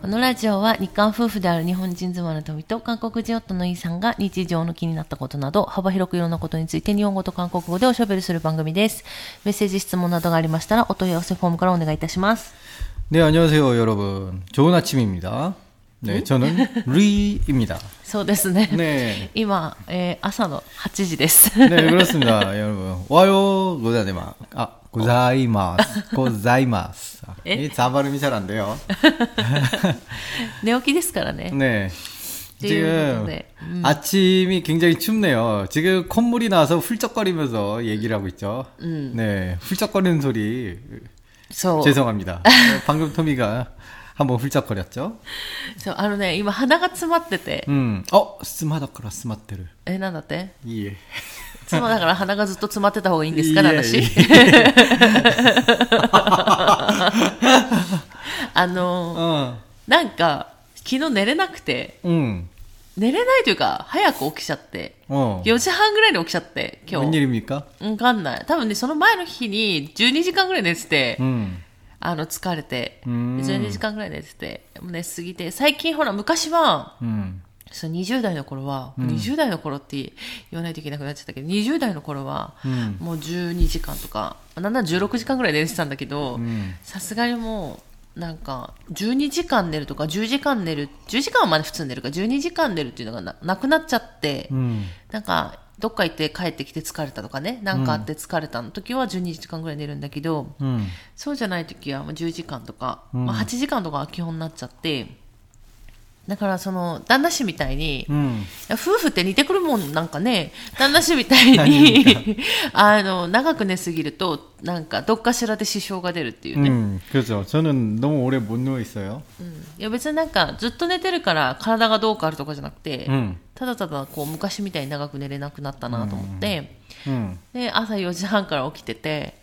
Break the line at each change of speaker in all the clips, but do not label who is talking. このラジオは日韓夫婦である日本人妻の富と韓国人夫のイさんが日常の気になったことなど幅広くいろんなことについて日本語と韓国語でおしゃべりする番組です。メッセージ質問などがありましたらお問い合わせフォームからお願いいたします。
네, 안녕하세요, 여러분. 좋은 아침입니다. 네, 저는 리입니다.
そうですね。
네.
今、えー朝の8時です。
네, 그렇습니다, 여러분. 와요, 고자데마. 아, 고자이마스. 고자이마스. 아,
에?
이 자발음이 잘 안 돼요.
寝起きですからね。
네. 음. 지금
네.
아침이 굉장히 춥네요. 지금 콧물이 나서 훌쩍거리면서 얘기를 하고 있죠. 네, 훌쩍거리는 소리 어.
そう。
죄송합니다. 방금 토미가 한번 훌쩍거렸죠.
そうあのね、今鼻が詰まってて。
음, 어, 스마다카라 스마테르.
え、なんだって
예.
妻だから鼻がずっと詰まってた方がいいんですから、
いえ
私
い。
あの、
어,
なんか、昨日寝れなくて、
응,
寝れないというか、早く起きちゃって、
어.
4時半ぐらいに起きちゃって、今
뭔
日。
일입니까?
わかんない。多分ね、その前の日に12時間ぐらい寝てて、
음,
あの、疲れて、
うーん
12時間ぐらい寝てて、もう寝すぎて、最近ほら、昔は、
음,
そう20代の頃は、20代の頃って言わないといけなくなっちゃったけど20代の頃は、
うん
もう12時間とかなんなら16時間ぐらい寝てたんだけど
ん
さすがにもうなんか12時間寝るとか10時間寝る10時間はまだ普通に寝るか12時間寝るっていうのがななくなっちゃって、
음,
なんかどっか行って帰ってきて疲れたとかねなんかあって疲れたの時は12時間ぐらい寝るんだけど、
음,
そうじゃない時はもう10時間とか、まあ、8時間とかが基本になっちゃってだからその旦那氏みたいに、
음.
いや夫婦って似てくるもんなんかね、旦那氏みたいに、 あの、長く寝すぎると、なんか、どっかしらで支障が出るっていうね。
음, 그렇죠. 저는 너무 오래 못 누워 있어요.
うんいや、別になんか、ずっと寝てるから、体がどうかあるとかじゃなくて、
음,
ただただ、こう、昔みたいに長く寝れなくなったなと思って、
음.
で、朝4時半から起きてて、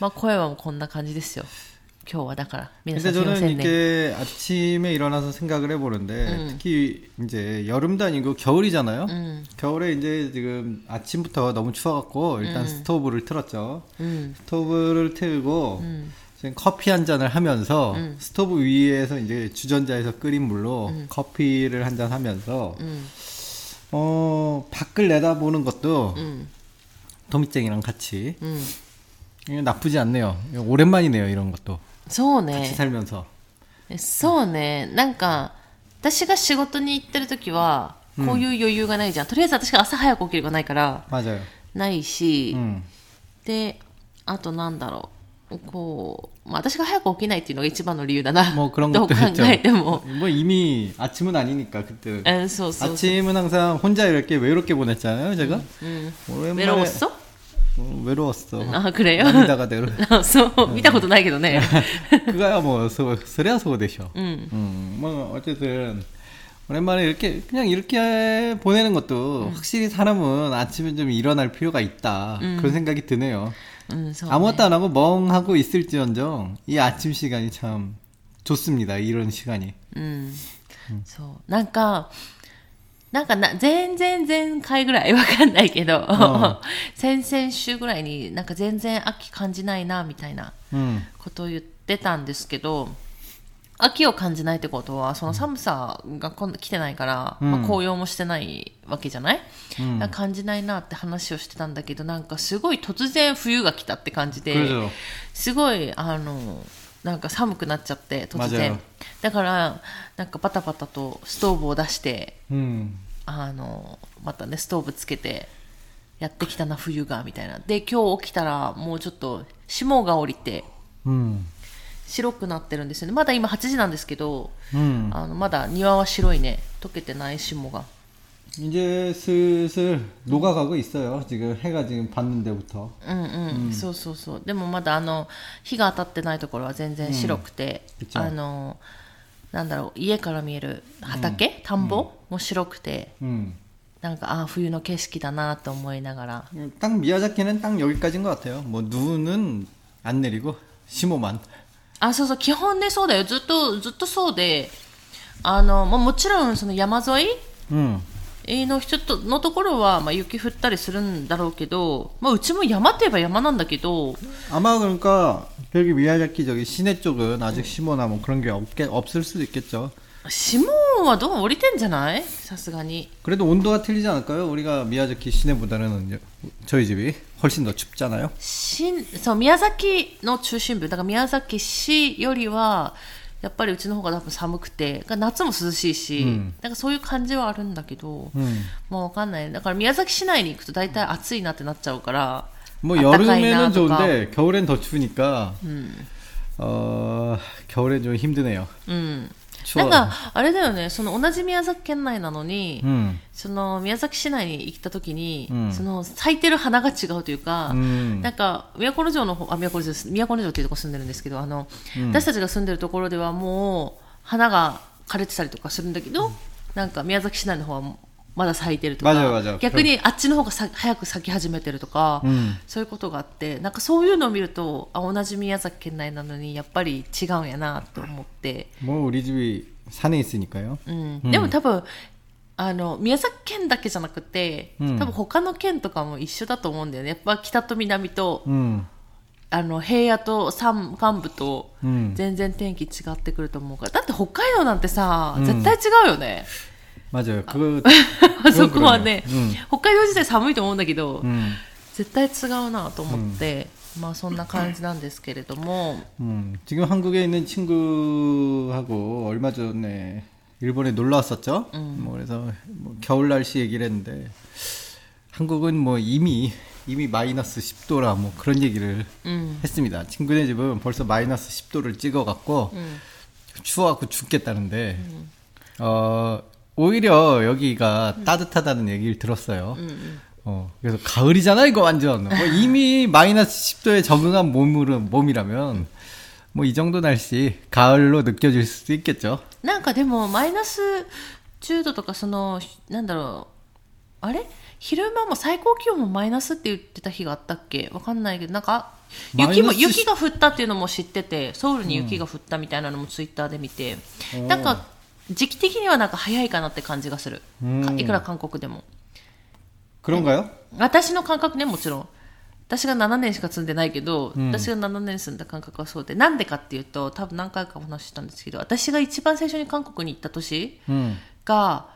まあ、声はもうこんな感じですよ。今日はだから、皆さ
근데
んすいませ
저는
んね。
이렇게 아침에 일어나서 생각을 해보는데 특히 이제 여름도 아니고 겨울이잖아요.
음.
겨울에 이제 지금 아침부터 너무 추워갖고 일단 스토브를 틀었죠.
うん。
스토브를
음.
틀고 지금 커피 한 잔을 하면서 스토브 위에서 이제 주전자에서 끓인 물로 커피를 한 잔 하면서
うん。
어 밖을 내다보는 것도
うん。
도미쟁이랑 같이
うん。
이거 나쁘지 않네요. 이거 오랜만이네요 이런 것도
そうね。
같이 살면서
そうねなんか私が仕事に行ってる時はこういう余裕がないじゃん、とりあえず私が朝早く起きるがないから
맞아요.
ないし、
음.
であとなんだろうこう、まあ、私が早く起きないっていうのが一番の理由だな
뭐 그런
どう考
것도 있죠.
えても、
뭐 이미 아침은 아니니까 그때
うん、そうそうそう
아침은 항상 혼자 이렇게 외롭게 보냈잖아요 제가
うん、
오랜만에
メロンソ
어, 외로웠어
あくれよ
涙が出る
あそう見たことないけどね
그거야 뭐 소, 소리야 소대셔
うん
음, 뭐 어쨌든 오랜만에 이렇게 그냥 이렇게 보내는 것도 확실히 사람은 아침에 좀 일어날 필요가 있다 그런 생각이 드네요.
うんそう、ね、
아무것도 안 하고 멍하고 있을지언정 이 아침 시간이 참 좋습니다. 이런 시간이.
うん、そうなんかなんかな全然前回ぐらいわかんないけど、 先々週ぐらいになんか全然秋感じないなみたいな
음,
ことを言ってたんですけど秋を感じないってことはその寒さが今度来てないから、
うん
まあ、紅葉もしてないわけじゃない、
음.
だから感じないなって話をしてたんだけどなんかすごい突然冬が来たって感じで
그래서
すごいあのなんか寒くなっちゃって突
ま
然
あ
だからなんかパタパタとストーブを出して
음,
あのまたねストーブつけてやってきたな冬がみたいなで今日起きたらもうちょっと霜が降りて
음,
白くなってるんですよねまだ今8時なんですけど
음.
あのまだ庭は白いね溶けてない霜が
이제 슬슬 녹아가고 있어요. 지금 해가 지금 봤는 데부터.
うんうん、そうそうそうでもまだあの日が当たってないところは全然白くて、
うん
あのなんだろう家から見える畑、田んぼ、も白くて
음.
なんかああ冬の景色だなと思いながら
딱 미야자키는 딱 여기까지인 것 같아요. 뭐 눈은 안 내리고 심호만.
あそうそう基本ねそうだよずっとずっとそうであの、まあ、もちろんその山沿い
음.
の人とのところは、まあ、雪降ったりするんだろうけど、まあ、うちも山といえば山なんだけど
아마 그러니까 여기 미야자키 저기 시내 쪽은 아직 심호나 뭐 그런 게 없게 없을 수도 있겠죠.
지금 은 너무 오래된じゃない? さすがに.
그래도 온도가 틀리지 않을까요? 우리가 미야자키 시내보다는 이제 저희 집이 훨씬 더 춥잖아요.
신, そう宮崎の中心部、だから宮崎市よりは、やっぱりうちの方が多分寒くて、だから夏も涼しいし、なんかそういう感じはあるんだけど、もうわかんない。だから宮崎市内に行くと大体暑いなってなっちゃうから、
뭐
暖かいな
여름에는
とか
좋은데 겨울엔 더 추우니까 어, 겨울엔 좀 힘드네요.
うん。な
추워.
んか、あれだよね、その同じ宮崎県内なのに、
음.
その宮崎市内に行った時に、
うん
その咲いてる花が違うというか、
ん
なんか都城の方あ都城です都城っていうとこ住んでるんですけどあの、私たちが住んでるところではもう花が枯れてたりとかするんだけど、なんか宮崎市内の方はまだ咲いてるとか
맞아요맞아요
逆にあっちの方がさ早く咲き始めてるとか、
음.
そういうことがあってなんかそういうのを見るとあ同じ宮崎県内なのにやっぱり違うんやなと思って。
뭐 우리 집이 산에 있으니까요.
うんでも多分あの宮崎県だけじゃなくて、
うん
多分他の県とかも一緒だと思うんだよねやっぱ北と南と、
음.
あの平野と山間部と
음.
全然天気違ってくると思うからだって北海道なんてさ、絶対違うよね
맞아요. 그
あ そこはね、
うん
北海道自体寒いと思うんだけど、
음.
絶対違うなと思って、まあそんな感じなんですけれども
음, 지금 한국에 있는 친구하고 얼마 전에 일본에 놀러 왔었죠. 뭐 그래서 뭐 겨울 날씨 얘기를 했는데 한국은 뭐 이미 이미 마이너스 10도라 뭐 그런 얘기를 했습니다. 친구네 집은 벌써 마이너스 10도를 찍어갖고 추워갖고 죽겠다는데 어 오히려 여기가 따뜻하다는 얘기를 들었어요. 어, 그래서 가을이잖아 이거 완전 뭐 이미 마이너스 10도에 적응한 몸으로 몸이라면 뭐 이 정도 날씨 가을로 느껴질 수도 있겠죠.
なんかでもマイナス10度とかそのなんだろうあれ昼間も最高気温もマイナスって言ってた日があったっけわかんないけどなんか雪も
マイナス
雪が降ったっていうのも知っててソウルに雪が降ったみたいなのもツイッターで見て、なんか時期的にはなんか早いかなって感じがする、
ん
かいくら韓国でも
그런가요?
私の感覚ねもちろん私が7年しか住んでないけど、私が7年住んだ感覚はそうでなんでかっていうと多分何回かお話ししたんですけど私が一番最初に韓国に行った年
음.
が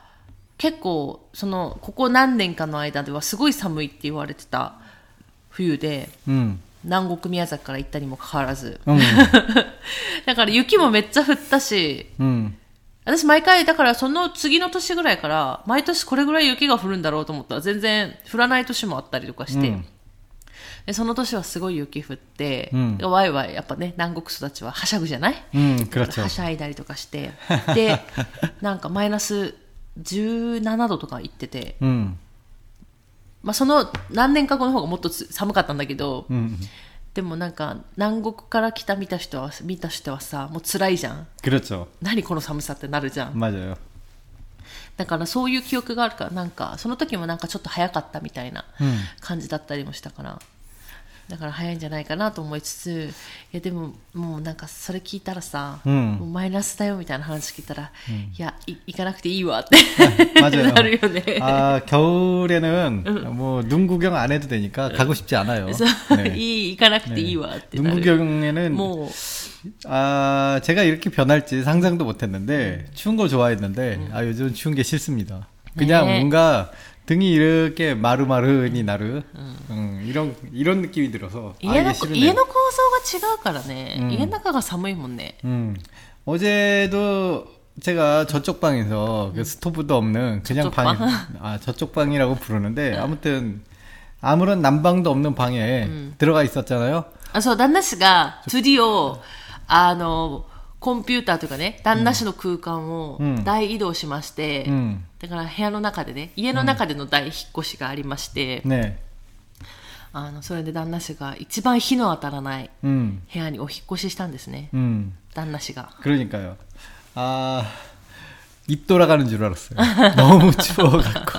結構そのここ何年かの間ではすごい寒いって言われてた冬で
음.
南国宮崎から行ったにもかかわらず
음.
だから雪もめっちゃ降ったし
음.
私毎回だからその次の年ぐらいから毎年これぐらい雪が降るんだろうと思ったら全然降らない年もあったりとかして、
うん
でその年はすごい雪降って、
うん
ワイワイやっぱね南国育ちははしゃぐじゃない
음.
だから
그렇죠.
はしゃいだりとかして でなんかマイナス17度とか行ってて、
음.
まあ、その何年か後の方がもっとつ寒かったんだけど、
음.
でもなんか南国から来た見た人は見た人はさもう辛いじゃん
그렇죠.
何この寒さってなるじゃん
맞아요.
だからそういう記憶があるからなんかその時もなんかちょっと早かったみたいな感じだったりもしたから、だから早いんじゃないかなと思いつついやでももうなんかそれ聞いたらさ、
うん
もうマイナスだよみたいな話聞いたら、いやい行かなくていいわって
맞아요.
なるよね。
아, 겨울에는 뭐 눈 구경 안 해도 되니까 가고 싶지 않아요.
そう
네.
いい行かなくていいわってな
눈
る。
구경에는
もう
아, 제가 이렇게 변할지 상상도 못 했는데, 추운 거 좋아했는데, 아, 요즘 추운 게 싫습니다. 그냥
네.
뭔가 등이 이렇게 마르마르니 나르, 음, 이런, 이런 느낌이 들어서.
家の
아, 이게
家
싫으네.
の構造が違うからね、家の中が寒いもんね。
음, 어제도 제가 저쪽 방에서 그 스토브도 없는 그냥
저쪽
방, 음.
방?
아, 저쪽 방이라고 부르는데, 아무튼, 아무런 난방도 없는 방에 들어가 있었잖아요.
あそう旦那氏がトゥディをあのコンピューターというかね旦那氏の空間を
うん
大移動しまして、
음,
だから部屋の中でね家の中での大引っ越しがありまして、
네.
あのそれで旦那氏が一番火の当たらない
음,
部屋にお引っ越ししたんですね
음.
旦那氏が
그러니까요. 아, 입 돌아가는 줄 알았어요. 너무 추워갖고.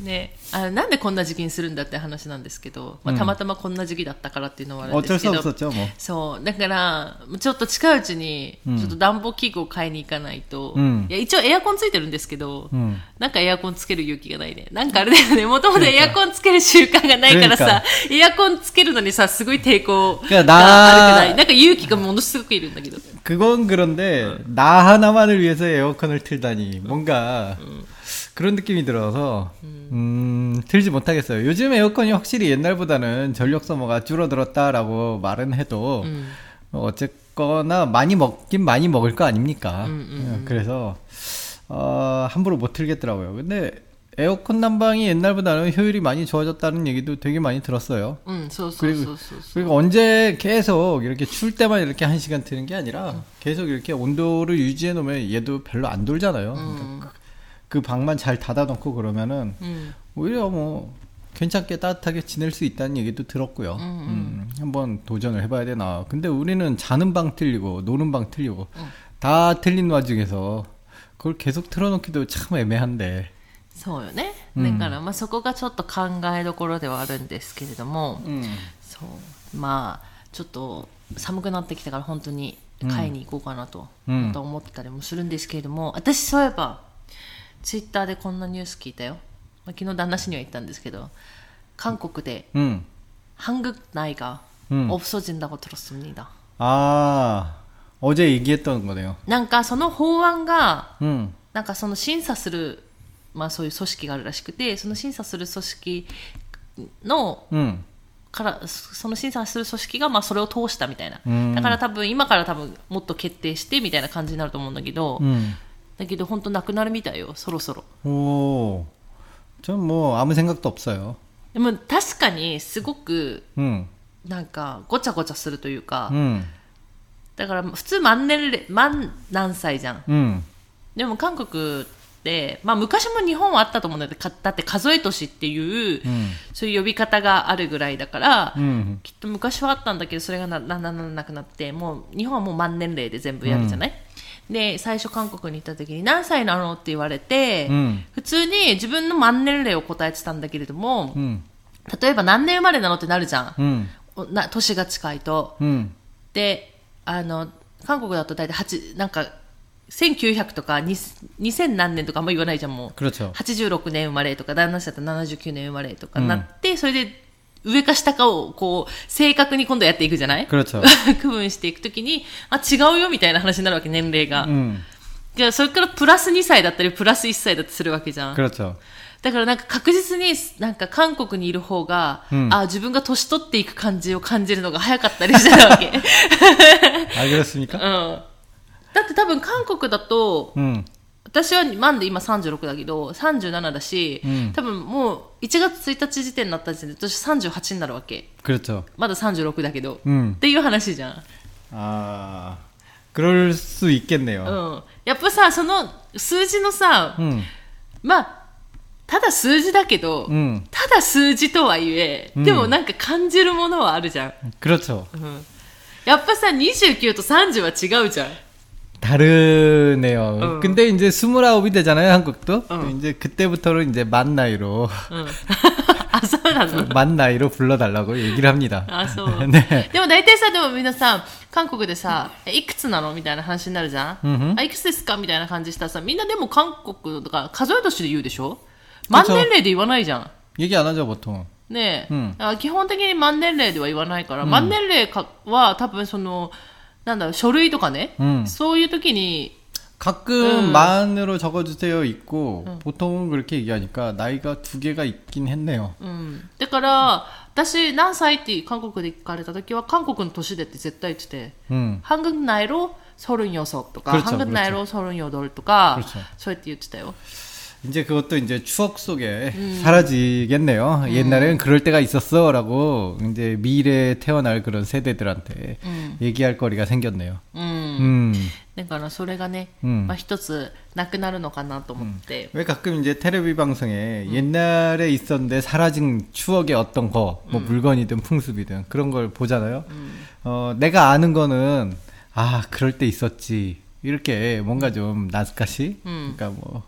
ねあなんでこんな時期にするんだって話なんですけど、まあ、たまたまこんな時期だったからっていうのはあるんで
어쩔
すけ
수
ど、
없었죠 뭐.
そうだからちょっと近いうちに
うん
ちょっと暖房器具を買いに行かないと、
うん
いや一応エアコンついてるんですけど、
음.
なんかエアコンつける勇気がないね。なんかあれだ よね。もともとエアコンつける習慣がないからさ、エアコンつけるのにさ、すごい抵抗があるく
だから
な。
ない
なんか勇気がものすごくいるんだけど。
그건 그런데 나 하나만을 위해서 에어컨을 틀다니 뭔가 그런 느낌이 들어서 음, 틀지 못하겠어요. 요즘 에어컨이 확실히 옛날보다는 전력 소모가 줄어들었다라고 말은 해도 어, 어쨌거나 많이 먹긴 많이 먹을 거 아닙니까? 예, 그래서 어, 함부로 못 틀겠더라고요. 근데 에어컨 난방이 옛날보다는 효율이 많이 좋아졌다는 얘기도 되게 많이 들었어요.
うん、そうそうそうそう。
그리고 언제 계속 이렇게 추울 때만 이렇게 한 시간 트는 게 아니라 계속 이렇게 온도를 유지해 놓으면 얘도 별로 안 돌잖아요. 그러니까 그- 그 방만 잘 닫아놓고 그러면은
うん、
오히려 뭐 괜찮게 따뜻하게 지낼 수 있다는 얘기도 들었고요. 음, 한번 도전을 해봐야 되나. 근데 우리는 자는 방 틀리고 노는 방 틀리고 다 틀린 와중에서 그걸 계속 틀어놓기도 참 애매한데.
そうよね。
う
だ
ん
から、まあそこがちょっと考えどころではあるんですけれども、
음.
そう。まあ、ちょっと寒くなってきたから本当に買いに行こうかなと、
うん
また思ってたりもするんですけれども、私そういえば、ツイッターでこんなニュース聞いたよ。まあ昨日旦那氏には言ったんですけど、韓国で
음.
한국 나이가
음.
없어진다고 들었습니다.
아 어제 얘기했던 거네요.
なんかその法案が、
음.
なんかその審査する、まあそういう組織があるらしくて、その審査する組織の、
음.
から、そその審査する組織が、まあそれを通したみたいな
う。ん
だから多分、今から多分、もっと決定してみたいな感じになると思うんだけど、
음.
だけど本当なくなるみたいよ、そろそろ。
오, 전 뭐 아무 생각도 없어요. 음,
でも確かに、すごく、
응,
なんか、ごちゃごちゃするというか、
응,
だから普通万年齢、万何歳じゃん。
응,
でも韓国って、まあ、昔も日本はあったと思うんだけどかだって数え年っていう、
응,
そういう呼び方があるぐらいだから、
응,
きっと昔はあったんだけどそれがなななななくなってもう日本はもう満年齢で全部やるじゃない、で最初韓国に行った時に何歳なのって言われて、
응,
普通に自分の満年齢を答えてたんだけれども、
응,
例えば何年生まれなのってなるじゃん、
응,
おな年が近いと、
응,
であの韓国だと大体8なんか1900とか2000 2000何年とかあんま言わないじゃんもう
그렇죠.
86年生まれとか旦那さんだったら79年生まれとかなって、それで上か下かをこう正確に今度やっていくじゃない
그렇죠.
区分していくときにあ違うよみたいな話になるわけ年齢が、
응,
じゃあそれからプラス2歳だったりプラス1歳だったりするわけじゃん
그렇죠.
だからなんか確実になんか韓国にいる方が、
うん
あ自分が年取っていく感じを感じるのが早かったりした わけ
아 그렇습니까?
うんだって多分韓国だと、
응,
私は万で今36だけど、37だし、
うん
多分もう1月1日時点になった時点で私38になるわけ。
그렇죠.
まだ36だけど。
응,
っていう話じゃん。
아 그럴 수
う
있겠네요. 음,
ん。やっぱさ、その数字のさ、
응,
まあ、ただ数字だけど、
응,
ただ数字とはいえ、
うん
でもなんか感じるものはあるじゃん。
그렇죠.
うん。やっぱさ、29と30は違うじゃん。
다르네요.
응.
근데 이제 스물아홉이 되잖아요, 한국도.
응.
이제 그때부터는 이제 만 나이로
うん。 あ、そうなの
만 나이로 불러달라고 얘기를 합니다.
あ、そう。
네.
でも大体さ、でもみんなさ、韓国でさ、えいくつなのみたいな話になるじゃん、
うんうん
あ、いくつですかみたいな感じしたらさ、みんなでも韓国とか数え年で言うでしょ万年齢で言わないじゃん。
얘기 안 하죠, 보통.
ねえ、
うん
だから基本的に万年齢では言わないから、万年齢かは多分その、なんだろう、書類とかね、
응.
そういう時に、
가끔
음.
만으로 적어주세요 있고 보통은 그렇게 얘기하니까 나이가 두 개가 있긴 했네요.
うん。だから、私何歳って韓国で聞かれた時は、韓国の年でって絶対言ってて。
음,
한국 나이로 36とか、
그렇죠,
한국
그렇죠.
나이로 38とか、
그렇죠.
そうやって言ってたよ。
이제 그것도 이제 추억 속에 사라지겠네요. 옛날에는 그럴 때가 있었어라고 이제 미래에 태어날 그런 세대들한테 얘기할 거리가 생겼네요.
うん。
음.
だからそれがね、
うん
まあ一つなくなるのかなと思って。
왜 가끔 이제 텔레비 방송에 옛날에 있었는데 사라진 추억의 어떤 거, 뭐 물건이든 풍습이든 그런 걸 보잖아요. 어, 내가 아는 거는 아 그럴 때 있었지 이렇게 뭔가 좀 나스카시, 그러니까 뭐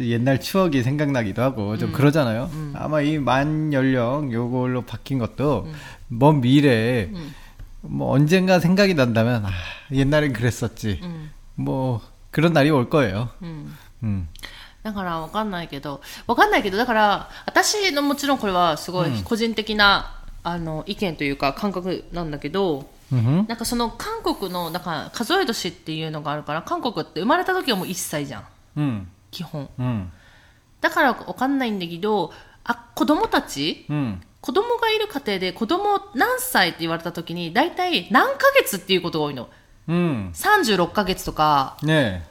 옛날 추억이 생각나기도 하고 좀 그러잖아요. 아마 이 만 연령 요걸로 바뀐 것도 먼 미래에 뭐 언젠가 생각이 난다면 아, 옛날엔 그랬었지. 뭐 그런 날이 올 거예요.
うん、
음.
だからわかんないけど、わかんないけど、だから私のもちろんこれはすごい個人的な、あの意見というか感覚なんだけど、
음흠.
なんかその韓国のなんか数え年っていうのがあるから、韓国って生まれた時はもう1歳じゃん、
음.
基本。
음.
だからわかんないんだけど、あ、子供たち
음.
子供がいる家庭で子供何歳って言われた時に、大体何ヶ月っていうことが多いの。
음.
36ヶ月とか、
네.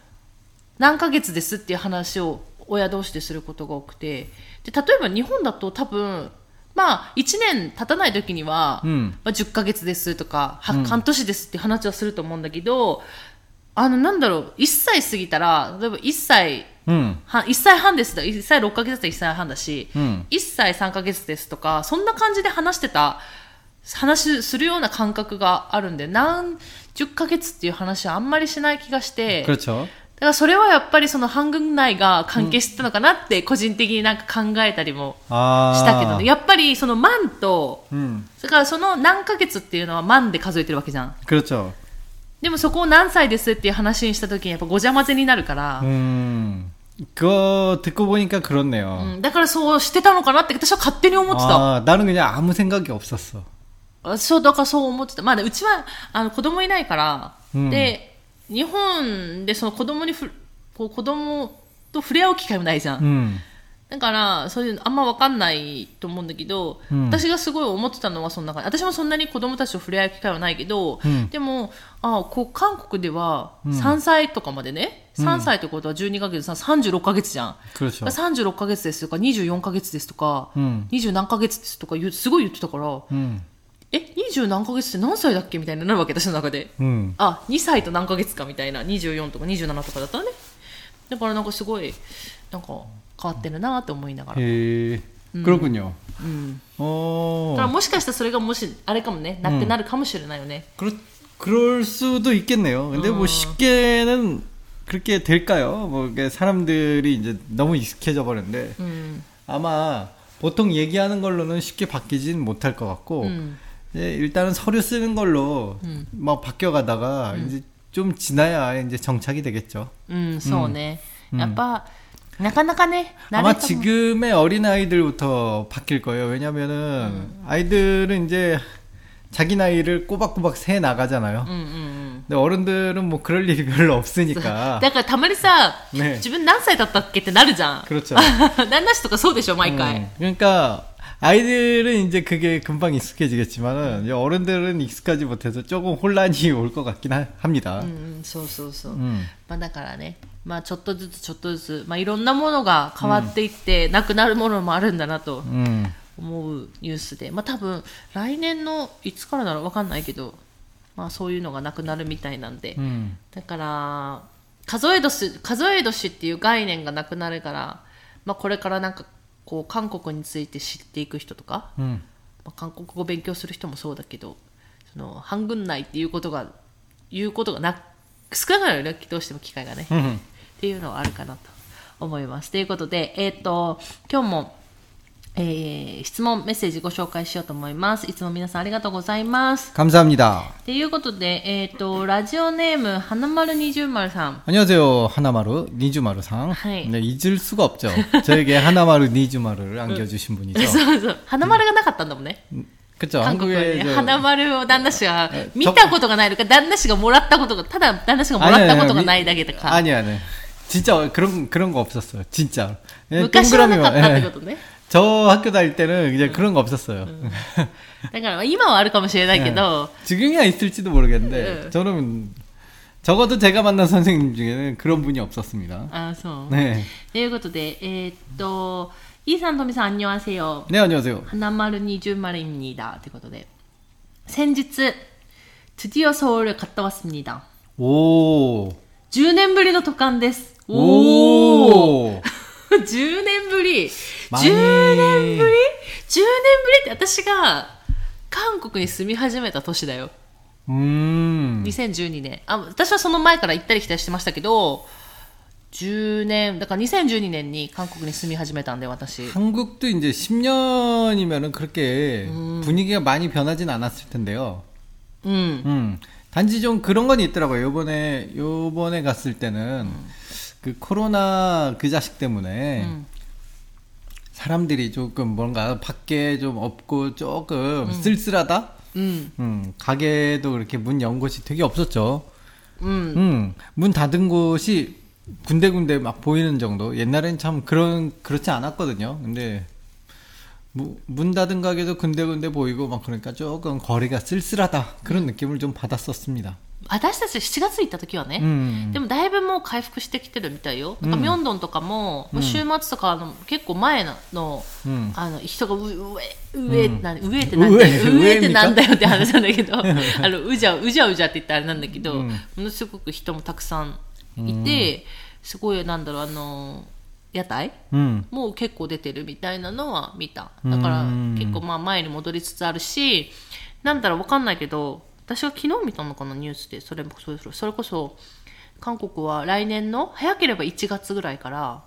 何ヶ月ですっていう話を親同士ですることが多くてで例えば日本だと多分まあ1年経たない時には、
음.
まあ、10ヶ月ですとか、は半年ですって話はすると思うんだけどあのなんだろう1歳過ぎたら例えば1歳
음.
半1歳半ですだ1歳6ヶ月だったら1歳半だし、
음.
1歳3ヶ月ですとかそんな感じで話してた話するような感覚があるんで何十ヶ月っていう話はあんまりしない気がして。
그렇죠.
だからそれはやっぱりその半軍内が関係してたのかなって個人的になんか考えたりも
아.
したけど、ね、やっぱりその万と、
음.
それからその何ヶ月っていうのは万で数えてるわけじゃん。
그렇죠.
でもそこを何歳ですっていう話にした時にやっぱごちゃ混ぜになるから、
음. 그거 듣고 보니까
う
그렇네요.
んだからそうしてたのかなって私は勝手に思ってた。
아, 나는 그냥 아무 생각이 없었어.
そう、だからそう思ってた。まあ、ね、うちはあの子供いないから、
うん
で、日本でその子供にふこう子供と触れ合う機会もないじゃん
음.
だから、そういうのあんま分かんないと思うんだけど、
うん
私がすごい思ってたのはそんな感じ。私もそんなに子供たちと触れ合う機会はないけど、
うん
でも、あこう韓国では3歳とかまでね、3歳ってことは12ヶ月、36ヶ月じゃん。
그렇죠.
36ヶ月ですとか、24ヶ月ですとか、
음.
20何ヶ月ですとか言う、すごい言ってたから、
음.
え、20何ヶ月って何歳だっけみたいになるわけ、私の中で。
음.
あ、2歳と何ヶ月かみたいな、24とか27とかだったらね。だからなんかすごい、なんか変わってるなって思いながら。
예. 그렇군요.
うん。
어.
だからもしかしたらそれがもし、あれかもね、なってなるかもしれないよね。
그렇, 그럴 수도 있겠네요. 근데 뭐 쉽게는 그렇게 될까요? 뭐 이게 사람들이 이제 너무 익숙해져 버렸는데
うん。
아마 보통 얘기하는 걸로는 쉽게 바뀌진 못할 것 같고
うん。
예, 일단은 서류 쓰는 걸로 막 바뀌어가다가 이제 좀 지나야 이제 정착이 되겠죠.
うん、そうね。やっぱ、なかなかね、慣れた
아마
もん
지금의 어린 아이들부터 바뀔 거예요. 왜냐면은 아이들은 이제 자기 나이를 꼬박꼬박 세 나가잖아요.
うんうんうん。
근데 어른들은 뭐 그럴 일이 별로
だ
없으니까.
からたまにさ、
ね
自分何歳だったっけってなるじゃん。
그렇죠.
旦那氏とかそうでしょ、毎回。
음, 그러니까 아이들은 이제 그게 금방 익숙해지겠지만은 이제 어른들은 익숙하지 못해서 조금 혼란이 올 것 같긴 하- 합니다.
うんうん、そうそうそう。
음.
まあ、だからね、まあ、ちょっとずつちょっとずつ、まあ、いろんなものが変わっていって、なくなるものもあるんだなと
음.
思うニュースで、まあ、多分来年のいつからだろう分かんないけど、まあ、そういうのがなくなるみたいなんで、
음.
だから数え年数え年っていう概念がなくなるから、まあ、これからなんかこう韓国について知っていく人とか、
음.
まあ、韓国語を勉強する人もそうだけどその半軍内っていうことが言うことがな少なくなるよねどうしても機会がね。
음.
っていうのはあるかなと思います。ということで、えっ、と、今日も、えー質問、メッセージご紹介しようと思います。いつも皆さんありがとうございます。
감사합니다.
ということで、えっ、と、ラジオネーム、花丸二重丸さん。
안녕하세요. 하나마루 니주마루상.
하이.
네, 잊을 수가 없죠. 저에게 하나마루 니주마루를 안겨주신 분이죠.
そうそう。花丸がなかったんだもんね。
그렇죠.
韓国はね、
한국에
花丸を旦那氏が
え
見たことがないのか、旦那氏がもらったことが、ただ旦那氏がもらったことがないだけだから。
아니 아니. 진짜 그런 그런 거 없었어요. 진짜. 예,
昔はなかったって
예.
ことね。
저 학교 다닐 때는 이제 그런 거 없었어요.
だから、今はあるかもしれないけど、
지금이야 있을지도 모르겠는데
예.
저는 적어도 제가 만난 선생님 중에는 그런 분이 없었습니다.
ああ、そう。
네.
ということで、えーっと、イーさん、とみさん、あんにょあせよ。
네 안녕하세요.
花丸二重丸입니다。ということで、先日、드디어서울을갔다왔습니다。
오.
10年ぶりの渡韓です。
오.
10年ぶり
많이.
10年ぶり ?10 年ぶりって私が韓国に住み始めた年だよ。
음.
2012年。あ、私はその前から行ったり来たりしてましたけど、 10年だから2012年に韓国に住み始めたんで私
한국도 이제 10년이면은 그렇게 분위기가 많이 변하진 않았을 텐데요.
うん、
음. 단지 좀 그런 건 있더라고요. 요번에 요번에 갔을 때는 그 코로나 그 자식 때문에
음.
사람들이 조금 뭔가 밖에 좀 없고 조금 쓸쓸하다.
うん、
음, 가게도 그렇게 문 연 곳이 되게 없었죠.
음.
음, 문 닫은 곳이 군데군데 막 보이는 정도. 옛날엔 참 그런 그렇지 않았거든요. 근데 무- 문 닫은 가게도 군데군데 보이고 막 그러니까 조금 거리가 쓸쓸하다 그런 느낌을 좀 받았었습니다.
私たち7月行った時はね、
음,
でもだいぶもう回復してきてるみたいよ。なんかミョンドンとかも、もう週末とかあの結構前の、
음.
あの人がう上上なん上って
うん
なんだよ
上
上って
上
なんだよって話なんだ けど、あのうじゃうじゃうじゃって言ったらあれなんだけど、ものすごく人もたくさんいて、すごいなんだろうあの屋台
음,
もう結構出てるみたいなのは見た。だから
うん
結構まあ前に戻りつつあるし、なんだろうわかんないけど、私は昨日見たのかなニュースで、それもそうですそれこそ、韓国は来年の早ければ1月ぐらいから、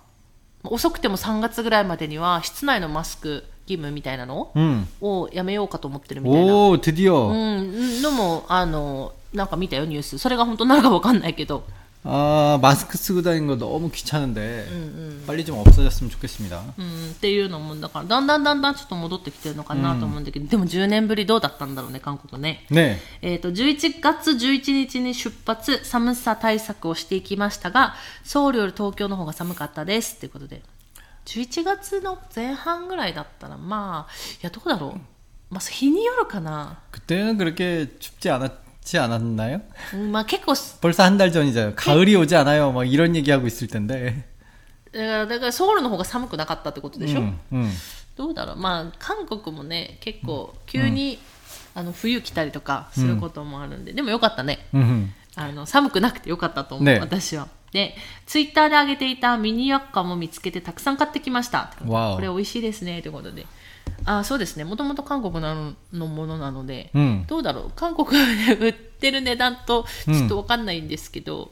遅くても3月ぐらいまでには室内のマスク義務みたいなの
음.
をやめようかと思ってるみたいな。
오
う
드디어
ん、のも、あの、なんか見たよニュース。それが本当なのかわかんないけど。
아 마스크 쓰고 다니는 거 너무 귀찮은데 빨리 좀 없어졌으면 좋겠습니다.
うん、っていうのもだからだんだんだんだんちょっと戻ってきてるのかなと思うんだけど、でも10年ぶりどうだったんだろうね韓国ね。
네,
えー、と11月11日に出発寒さ対策をしていきましたがソウルより東京の方が寒かったですということで11月の前半ぐらいだったらまあいやどうだろう、まあ、日によるかな、
그때는 그렇게 춥지 않았지 않았나요?
うんまあ、結構
벌써 한 달 전이잖아요. 가을이 오지 않아요. 막 이런 얘기하고 있을 텐데.
だからだからソウルの方が寒くなかったってことでしょ、
음, 음.
どうだろうまあ韓国もね結構急に、あの冬来たりとかすることもあるんで、でもよかったね
음.
あの寒くなくてよかったと思う、
ね
私は。で、ツイッターで上げていたミニ薬価も見つけてたくさん買ってきました。
わお
これ美味しいですねということで。あそうですね、もともと韓国ののものなので、
음.
どうだろう、韓国で売ってる値段とちょっとわかんないんですけど、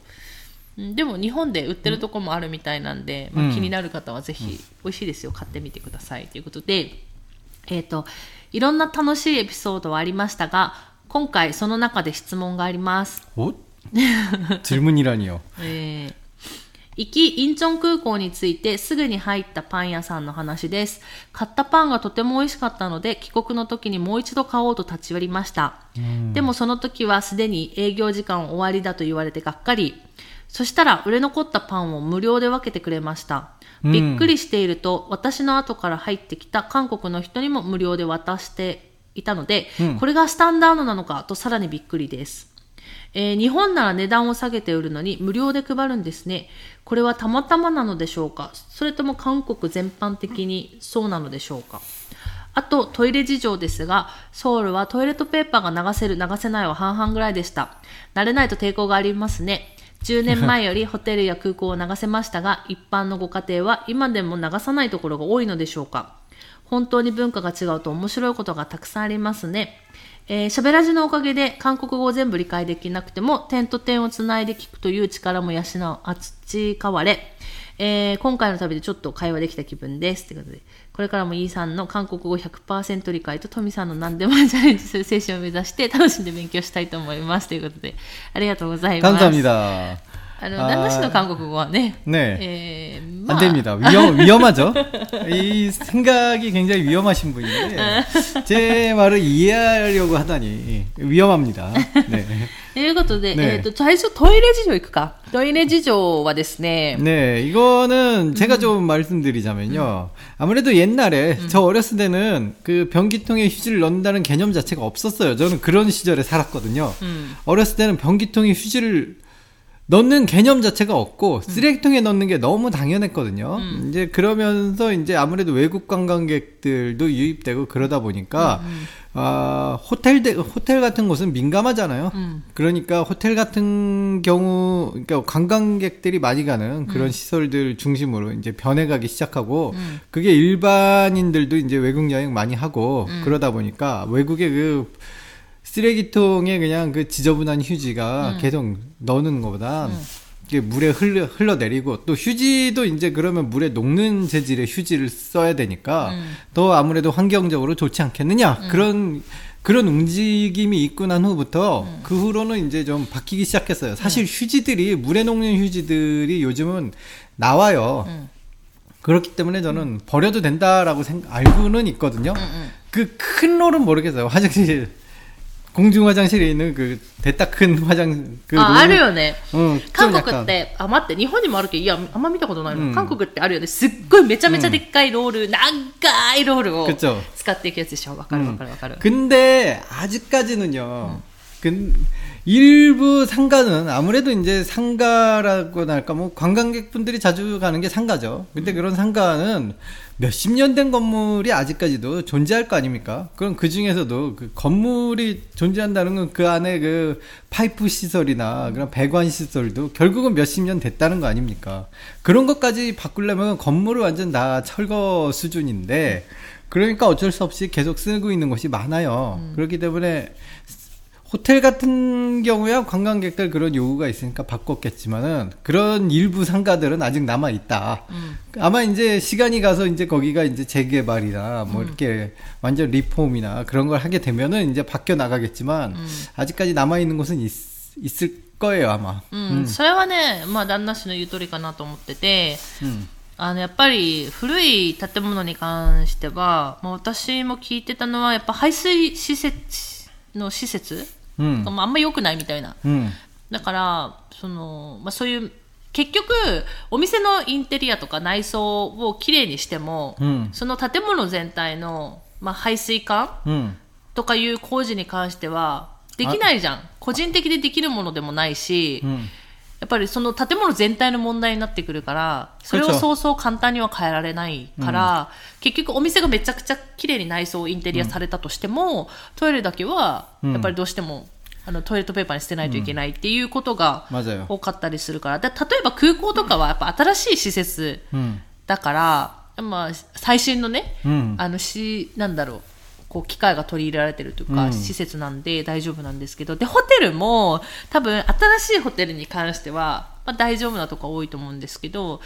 うんでも日本で売ってるとこもあるみたいなんで、まあ
うん
気になる方はぜひ、美味しいですよ、買ってみてくださいということで、えっ、と、いろんな楽しいエピソードはありましたが、今回その中で質問があります。
옷? 질문이라니요.
えー行きインチョン空港に着いてすぐに入ったパン屋さんの話です買ったパンがとても美味しかったので帰国の時にもう一度買おうと立ち寄りましたでもその時はすでに営業時間終わりだと言われてがっかりそしたら売れ残ったパンを無料で分けてくれました
うん
びっくりしていると私の後から入ってきた韓国の人にも無料で渡していたので、
うん
これがスタンダードなのかとさらにびっくりですえー日本なら値段を下げて売るのに無料で配るんですね。これはたまたまなのでしょうかそれとも韓国全般的にそうなのでしょうかあとトイレ事情ですが、ソウルはトイレットペーパーが流せる、流せないは半々ぐらいでした。慣れないと抵抗がありますね。10年前よりホテルや空港を流せましたが、一般のご家庭は今でも流さないところが多いのでしょうか本当に文化が違うと面白いことがたくさんありますね。えー、しゃべらじのおかげで韓国語を全部理解できなくても点と点をつないで聞くという力も養うあ培われ、えー今回の旅でちょっと会話できた気分ですということでこれからもイーさんの韓国語100%理解とトミさんの何でもチャレンジする精神を目指して楽しんで勉強したいと思いますということでありがとうございます。
감사합니다.
あの
あー
旦那氏の韓国語はね、
네.
えーま
안
あ
됩니다. 위험, 위험하죠? 이 생각이 굉장히 위험하신 분인데, 제 말을 이해하려고 하다니, 위험합니다. 네.
ということで、
ね
えっ、と最初トイレ事情行くかトイレ事情はですね、
네, 이거는 제가 좀 말씀드리자면요. 아무래도 옛날에 저 어렸을 때는 그 변기통에 휴지를 넣는다는 개념 자체가 없었어요. 저는 그런 시절에 살았거든요.
음.
어렸을 때는 변기통에 휴지를 넣는 개념 자체가 없고 쓰레기통에 넣는 게 너무 당연했거든요. 이제 그러면서 이제 아무래도 외국 관광객들도 유입되고 그러다 보니까 아, 호텔 대- 호텔 같은 곳은 민감하잖아요. 그러니까 호텔 같은 경우 그러니까 관광객들이 많이 가는 그런 시설들 중심으로 이제 변해가기 시작하고 그게 일반인들도 이제 외국 여행 많이 하고 그러다 보니까 외국의 그 쓰레기통에 그냥 그 지저분한 휴지가 계속 넣는 것보다 이게 물에 흘러, 흘러내리고 또 휴지도 이제 그러면 물에 녹는 재질의 휴지를 써야 되니까 더 아무래도 환경적으로 좋지 않겠느냐 그런 그런 움직임이 있고 난 후부터 그 후로는 이제 좀 바뀌기 시작했어요. 사실 휴지들이 물에 녹는 휴지들이 요즘은 나와요. 그렇기 때문에 저는 버려도 된다라고 생, 알고는 있거든요. 그 큰 롤은 모르겠어요. 화장실 공중 화장실에 있는 그 대따 큰 화장 그
あ、あ
롤
るよね。
응,
韓
좀
国
약간.
って、あ、待って、日本にもあるけど、いや、あんま見たことないの。
うん
韓国ってあるよね。すっごいめちゃめちゃでっかいロール、長いロールを
그렇죠.
使っていくやつでしょ。わかるわかるわかる。
근데 아직까지는요. 근 일부 상가는 아무래도 이제 상가라고나 할까 뭐 관광객분들이 자주 가는 게 상가죠. 근데 그런 상가는 몇십 년 된 건물이 아직까지도 존재할 거 아닙니까? 그럼 그 중에서도 그 건물이 존재한다는 건 그 안에 그 파이프 시설이나 그런 배관 시설도 결국은 몇십 년 됐다는 거 아닙니까? 그런 것까지 바꾸려면 건물을 완전 다 철거 수준인데 그러니까 어쩔 수 없이 계속 쓰고 있는 것이 많아요. 그렇기 때문에 호텔 같은 경우야 관광객들 그런 요구가 있으니까 바꿨겠지만은 그런 일부 상가들은 아직 남아 있다. 아마 이제 시간이 가서 이제 거기가 이제 재개발이나 뭐 이렇게 완전 리폼이나 그런 걸 하게 되면은 이제 바뀌어 나가겠지만 아직까지 남아 있는 곳은 있, 을 거예요 아마.
うん、それはね、まあ、旦那氏の言う通りかなと思ってて、
음.
あの、やっぱり古い建物に関しては、まあ、私も聞いてたのは、やっぱ排水施設の施設
음.
が、まあ、あんま良くないみたいな。
음.
だから、その、まあ、そういう、結局、お店のインテリアとか内装をきれいにしても、
음.
その建物全体の、まあ、排水管
음.
とかいう工事に関しては、できないじゃん。個人的でできるものでもないし、
음.
やっぱりその建物全体の問題になってくるから、それを
그렇죠
そうそう簡単には変えられないから、結局お店がめちゃくちゃ綺麗に内装インテリアされたとしても、トイレだけは、
うん
やっぱりどうしても、あのトイレットペーパーに捨てないといけないっていうことが
맞아요.
多かったりするから、で例えば空港とかはやっぱ新しい施設
음.
だから、まあ、最新のね、
음.
あのし、なんだろう。こう機械が取り入れられてるというか、
うん
施設なんで大丈夫なんですけど、で、ホテルも多分新しいホテルに関しては、まあ、大丈夫なとこ多いと思うんですけど、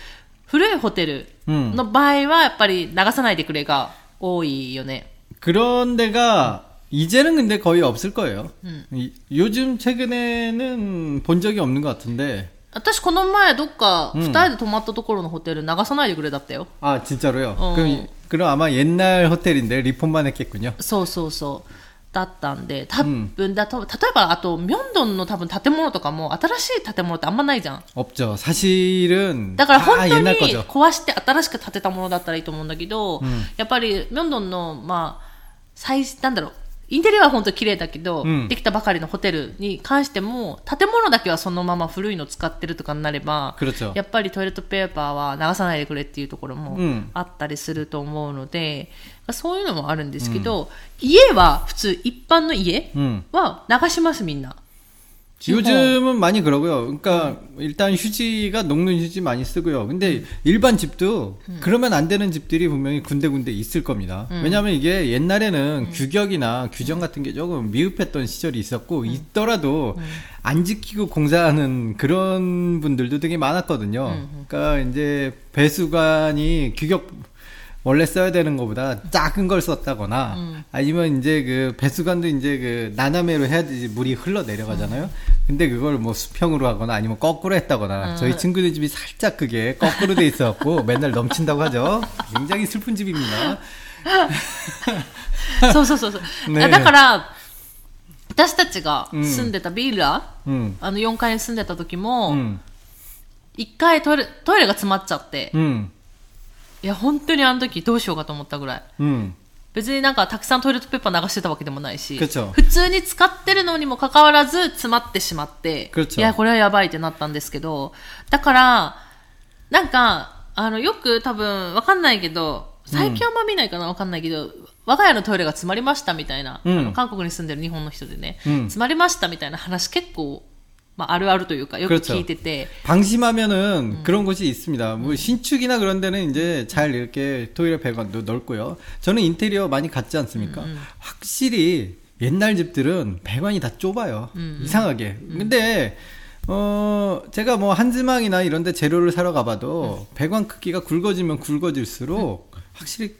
古いホテル
음.
の場合はやっぱり流さないでくれが多いよね。
그런 데가 이제는 근데 거의 없을 거예요.
음.
이- 요즘 최근에는 본 적이 없는 것 같은데.
私この前どっか
うん
二人で泊まったところのホテル流さないでくれだったよ。
아 진짜로요?
어.
그럼 이- 그럼 아마 옛날 호텔인데 리폼만 했겠군요.
そうそうそう。だったんで、多分だと、例えばあと、ミョンドンの多分建物とかも新しい建物ってあんまないじゃん。
없죠. 사실은
だから
다
本当に
옛날 거죠.
壊して新しく建てたものだったらいいと思うんだけど、
ん
やっぱりミョンドンの、まあ、最、なんだろう、インテリアは本当綺麗だけど、
うん
できたばかりのホテルに関しても、建物だけはそのまま古いの使ってるとかになれば、
그렇죠.
やっぱりトイレットペーパーは流さないでくれっていうところも
うん
あったりすると思うので、そういうのもあるんですけど、家は普通一般の家
음.
は流しますみんな。
요즘은 많이 그러고요. 그러니까 일단 휴지가 녹는 휴지 많이 쓰고요. 근데 일반 집도 그러면 안 되는 집들이 분명히 군데군데 있을 겁니다. 왜냐하면 이게 옛날에는 규격이나 규정 같은 게 조금 미흡했던 시절이 있었고 있더라도 안 지키고 공사하는 그런 분들도 되게 많았거든요. 그러니까 이제 배수관이 규격 원래 써야 되는 것보다 작은 걸 썼다거나 아니면 이제 그 배수관도 이제 그 나나매로 해야지 물이 흘러 내려가잖아요. 근데 그걸 뭐 수평으로 하거나 아니면 거꾸로 했다거나 저희 친구들 집이 살짝 그게 거꾸로 돼 있어갖고 맨날 넘친다고 하죠. 굉장히 슬픈 집입니다.
そうそうそうそう。
ねえ
だから、私たちが住んでたビーラ、
음,
あの4階に住んでた時も、
음,
一1回トイレトイレが詰まっちゃって、
음,
いや、本当にあの時どうしようかと思ったぐらい。
음,
別になんかたくさんトイレットペーパー流してたわけでもないし、
그쵸
普通に使ってるのにもかかわらず詰まってしまって、
그쵸
いや、これはやばいってなったんですけど、だから、なんか、あの、よく多分わかんないけど、最近あんま見ないかなわかんないけど、我が家のトイレが詰まりましたみたいな、
うん
あの韓国に住んでる日本の人でね、
うん
詰まりましたみたいな話結構、まあ、あるあるというか、よく聞いてて、
방심하면은 그런 곳이 있습니다. 뭐 신축이나 그런 데는 이제 잘 이렇게 토일레 배관도 넓고요. 저는 인테리어 많이 갔지 않습니까? 확실히 옛날 집들은 배관이 다 좁아요. 이상하게. 근데 어, 제가 뭐 한지망이나 이런 데 재료를 사러 가봐도 배관 크기가 굵어지면 굵어질수록 확실히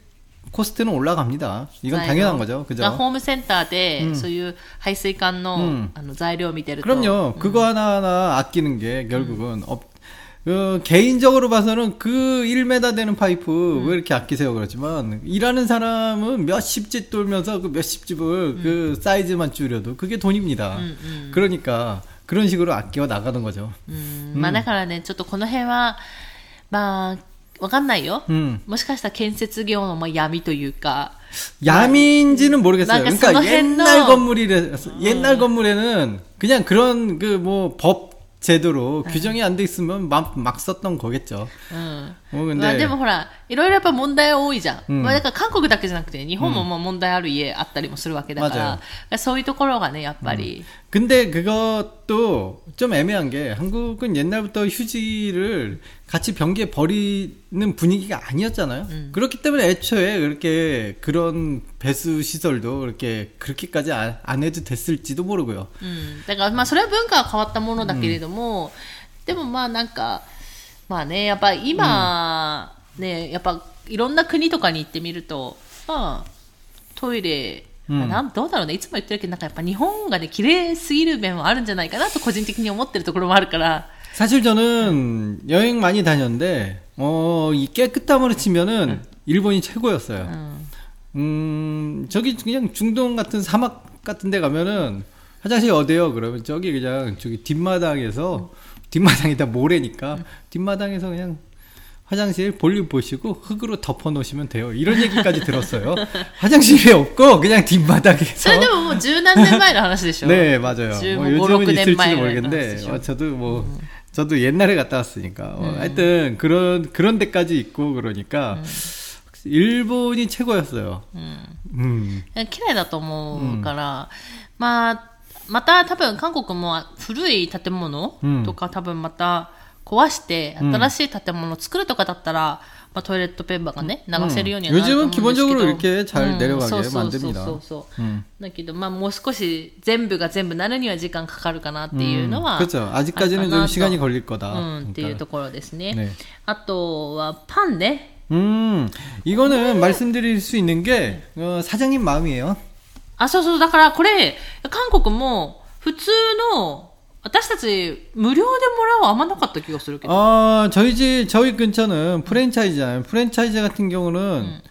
코스트는 올라갑니다. 이건
材料
당연한 거죠.
だからホ
그
ームセンターで、そういう排水管の,、
ん
あの材料を見てると。
그럼요. 그거 하나하나 아끼는 게 결국은 업- 어, 개인적으로 봐서는 그 1m 되는 파이프 왜 이렇게 아끼세요 그러지만 일하는 사람은 몇십 집 돌면서 그 몇십 집을 그 사이즈만 줄여도 그게 돈입니다. 그러니까 그런 식으로 아껴 나가는 거죠.
うんまあだからね、ちょっとこの辺は、まあ、わかんないよ。
음.
もしかしたら建設業のまあ闇というか、
야미인지는 모르겠어요.
그러니까
그러니까
스노헨
옛날
너.
건물이래 옛날 건물에는 그냥 그런 그 뭐 법 제도로 규정이 안 돼 있으면 막, 막 썼던 거겠죠.
うん。
어,
まあ
근데
でもほら、いろいろやっぱ問題多いじゃん。
うん
まあだから韓国だけじゃなくて、日本もまあ問題ある家あったりもするわけだか
まあ
ら、そういうところがね、やっぱり。
근데 그것도 좀 애매한 게 한국은 옛날부터 휴지를 같이 변기에 버리는 분위기가 아니었잖아요. 그렇기 때문에 애초에 그렇게 그런 배수 시설도 그렇게 그렇게까지 안, 안 해도 됐을지도 모르고요.
うん。だからまあそれは文化は変わったものだけれども、でもまあなんか、まあね、やっぱ今、ね、やっぱいろんな国とかに行ってみると、まあ、トイレ、
うん
まあなんどうだろうね、いつも言ってるけど、なんかやっぱ日本がね、綺麗すぎる面はあるんじゃないかなと個人的に思ってるところもあるから、
사실 저는 여행 많이 다녔는데 어, 이 깨끗함으로 치면은 일본이 최고였어요.
うん。
음, 저기 그냥 중동 같은 사막 같은 데 가면은 화장실 어디요? 그러면 저기 그냥 저기 뒷마당에서 뒷마당이 다 모래니까 뒷마당에서 그냥 화장실 볼일 보시고 흙으로 덮어 놓으시면 돼요. 이런 얘기까지 들었어요. 화장실이 없고 그냥
そ
뒷마당에서
れでももう十何年前の話でしょ
네, 맞아요.
지금
뭐
뭐
요즘은
모로코
있을지도
덴마이크
모르겠는데,
나왔었죠. 음.
어, 저도 뭐, 저도 옛날에 갔다 왔으니까. 어, 하여튼, 그런, 그런 데까지 있고 그러니까,
음.
일본이 최고였어요. 음.
綺麗だと思うから、まあ、また多分韓国も古い建物
うん
とか、多分また壊して
ん
新しい建物を作るとかだったら、まあ、トイレットペーパーがね、流せるようには
음.
なると思うんで
요즘은
すけど
기본적으로 이렇게 잘
そ
내려가게
うそうそう
만듭니다.
そうそう、
음.
だけど、まあ、もう少し全部が全部なるには時間かかるかなっていうのは、
그렇죠. 아직까지는
음. 아, 음, 네, 아,
좀 시간이
또.
걸릴 거다.
うん、っていう
그러니까.
ところですね。
ね
あとはパンね。
음, 이거는 말씀드릴 수 있는 게, 어, 사장님 마음이에요.
あ、そうそう。だからこれ、韓国も普通の、私たち無料でもらうはあんまなかった気がするけど。
아, 저희 집, 저희 근처는 프랜차이즈잖아요. 프랜차이즈 같은 경우는,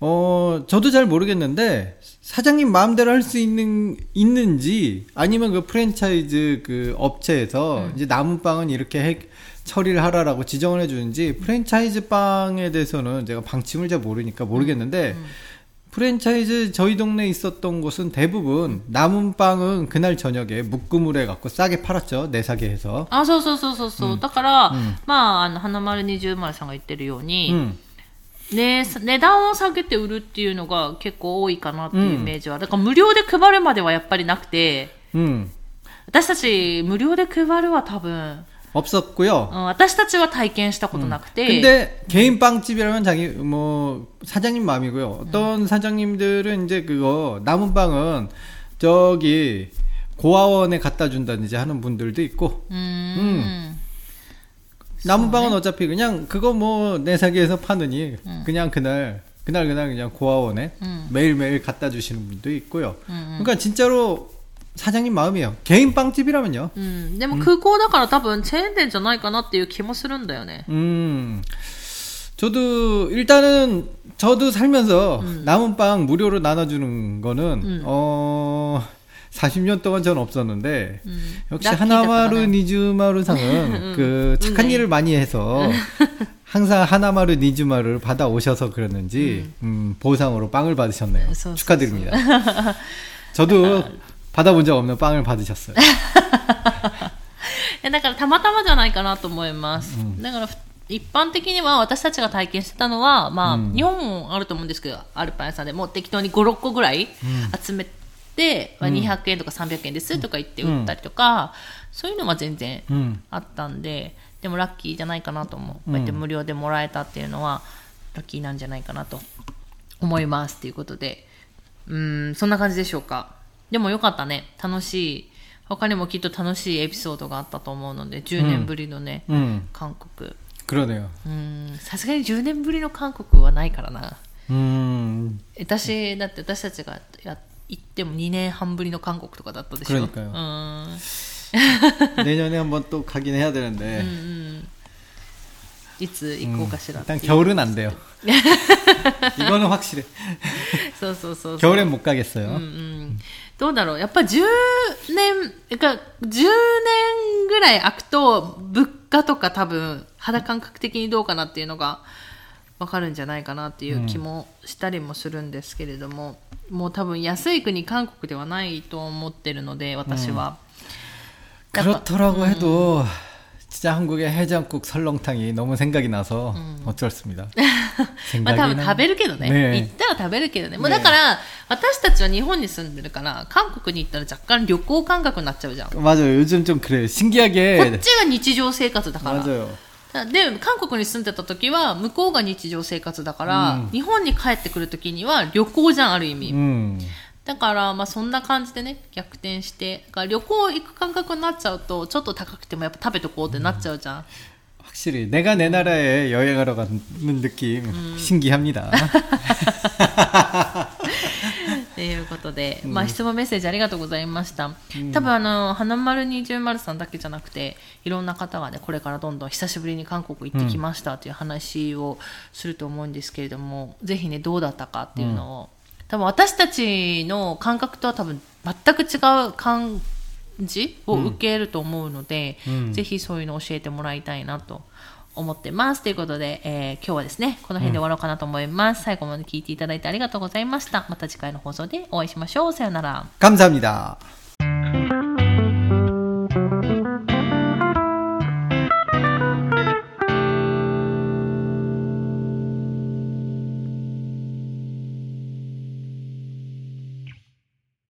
어, 저도 잘 모르겠는데, 사장님 마음대로 할 수 있는, 있는지, 아니면 그 프랜차이즈 그 업체에서, 이제 남은 빵은 이렇게 해, 처리를 하라라고 지정을 해주는지, 프랜차이즈 빵에 대해서는 제가 방침을 잘 모르니까 모르겠는데, 프랜차이즈 저희 동네에 있었던 곳은 대부분 남은 빵은 그날 저녁에 묶음으로 해갖고 싸게 팔았죠. 네 내사게 해서.
あ、そうそうそうそうそう。だから、まあ、あの、花丸二重丸さんが言ってるように、
음.
ね、さ値段を下げて売るっていうのが結構多いかなっていうイメージは。だから無料で配るまではやっぱりなくて、
음.
私たち無料で配るは多分、
없었고요.
うん、私たちは体験したことなくて、
네. 근데 개인 빵집이라면 자기 뭐 사장님 마음이고요. 어떤 사장님들은 이제 그거 남은 빵은 저기 고아원에 갖다 준다든지 하는 분들도 있고
うーん。ん
남은 빵은 어차피 그냥 그거 뭐 내사기에서 파느니 그냥 그날 그날 그날 그냥 고아원에
음.
매일매일 갖다 주시는 분도 있고요. 그러니까 진짜로 사장님 마음이에요. 개인 빵집이라면요.
うん、でも空港だから多分チェーン店じゃないかなっていう気もするんだよね。
음. 저도 일단은 저도 살면서 남은 빵 무료로 나눠주는 거는 어 40년 동안 전 없었는데
うん、
역시
락키다
음. 하나마루
그거는.
니즈마루 상은 그 착한
네.
일을 많이 해서 항상 하나마루 니즈마루를 받아 오셔서 그랬는지 음, 보상으로 빵을 받으셨네요.
소, 소,
축하드립니다. 저도 받아본 적 없는 빵을 받으셨어요.
えだからたまたまじゃないかなと思います。だからふ一般的には私たちが体験してたのは、まあ、日本もあると思うんですけど、アルパン屋さんでもう適当に5、6個ぐらい集めて、まあ200円とか300円ですとか言って売ったりとか、そういうのは全然
음.
あったんで、でもラッキーじゃないかなと思う。こうやって無料でもらえたっていうのは、ラッキーなんじゃないかなと思います。ということで、うーん、そんな感じでしょうか。でもよかったね。楽しい。他にもきっと楽しいエピソードがあったと思うので10年ぶりのね、
음,
한국韓国
그러네요.
うんさすがに10年ぶりの韓国はないからな
음,
私だって私たちがや行っても2年半ぶりの韓国とかだったでしょ
그러니까요
うん
내년에 한번 또 가긴 해야 되는데
음. いつ行
음,
こうかしら、
일단 겨울은 안 돼요. 이거는 확실해.
そうそうそうそう
겨울엔 못 가겠어요.
うんうんどうだろうやっぱ10年か10年ぐらい空くと物価とか多分肌感覚的にどうかなっていうのが分かるんじゃないかなっていう気もしたりもするんですけれども、もう多分安い国韓国ではないと思ってるので私は、
그렇더라고 해도 진짜 한국의 해장국 설렁탕이 너무 생각이 나서 어쩔 수 없습니다.
まあ多分
생각이나-
食べるけどね
ねえ
行ったら食べるけどねもうだから私たちは日本に住んでるから韓国に行ったら若干旅行感覚になっちゃうじゃんこ
맞아요. 요즘 좀 그래요.
っ
신기하게
ちが日常生活だから。
맞아요.
で韓国に住んでた時は向こうが日常生活だから、日本に帰ってくる時には旅行じゃんある意味、
음.
だからまあそんな感じでね逆転してだから旅行行く感覚になっちゃうとちょっと高くてもやっぱ食べとこうってなっちゃうじゃん、
확실히 내가 내 나라에 여행하러 가는 느낌 신기합니다.
ということで、まあ質問メッセージありがとうございました。多分あの花丸二重丸さんだけじゃなくて、いろんな方がねこれからどんどん久しぶりに韓国行ってきましたという話をすると思うんですけれども、ぜひねどうだったかっていうのを、多分私たちの感覚とは多分全く違う感じを受けると思うので、ぜひそういうのを教えてもらいたいなと。思ってますということで、えー今日はですねこの辺で終わろうかなと思います、最後まで聞いていただいてありがとうございましたまた次回の放送でお会いしましょうさようなら
감사합니다.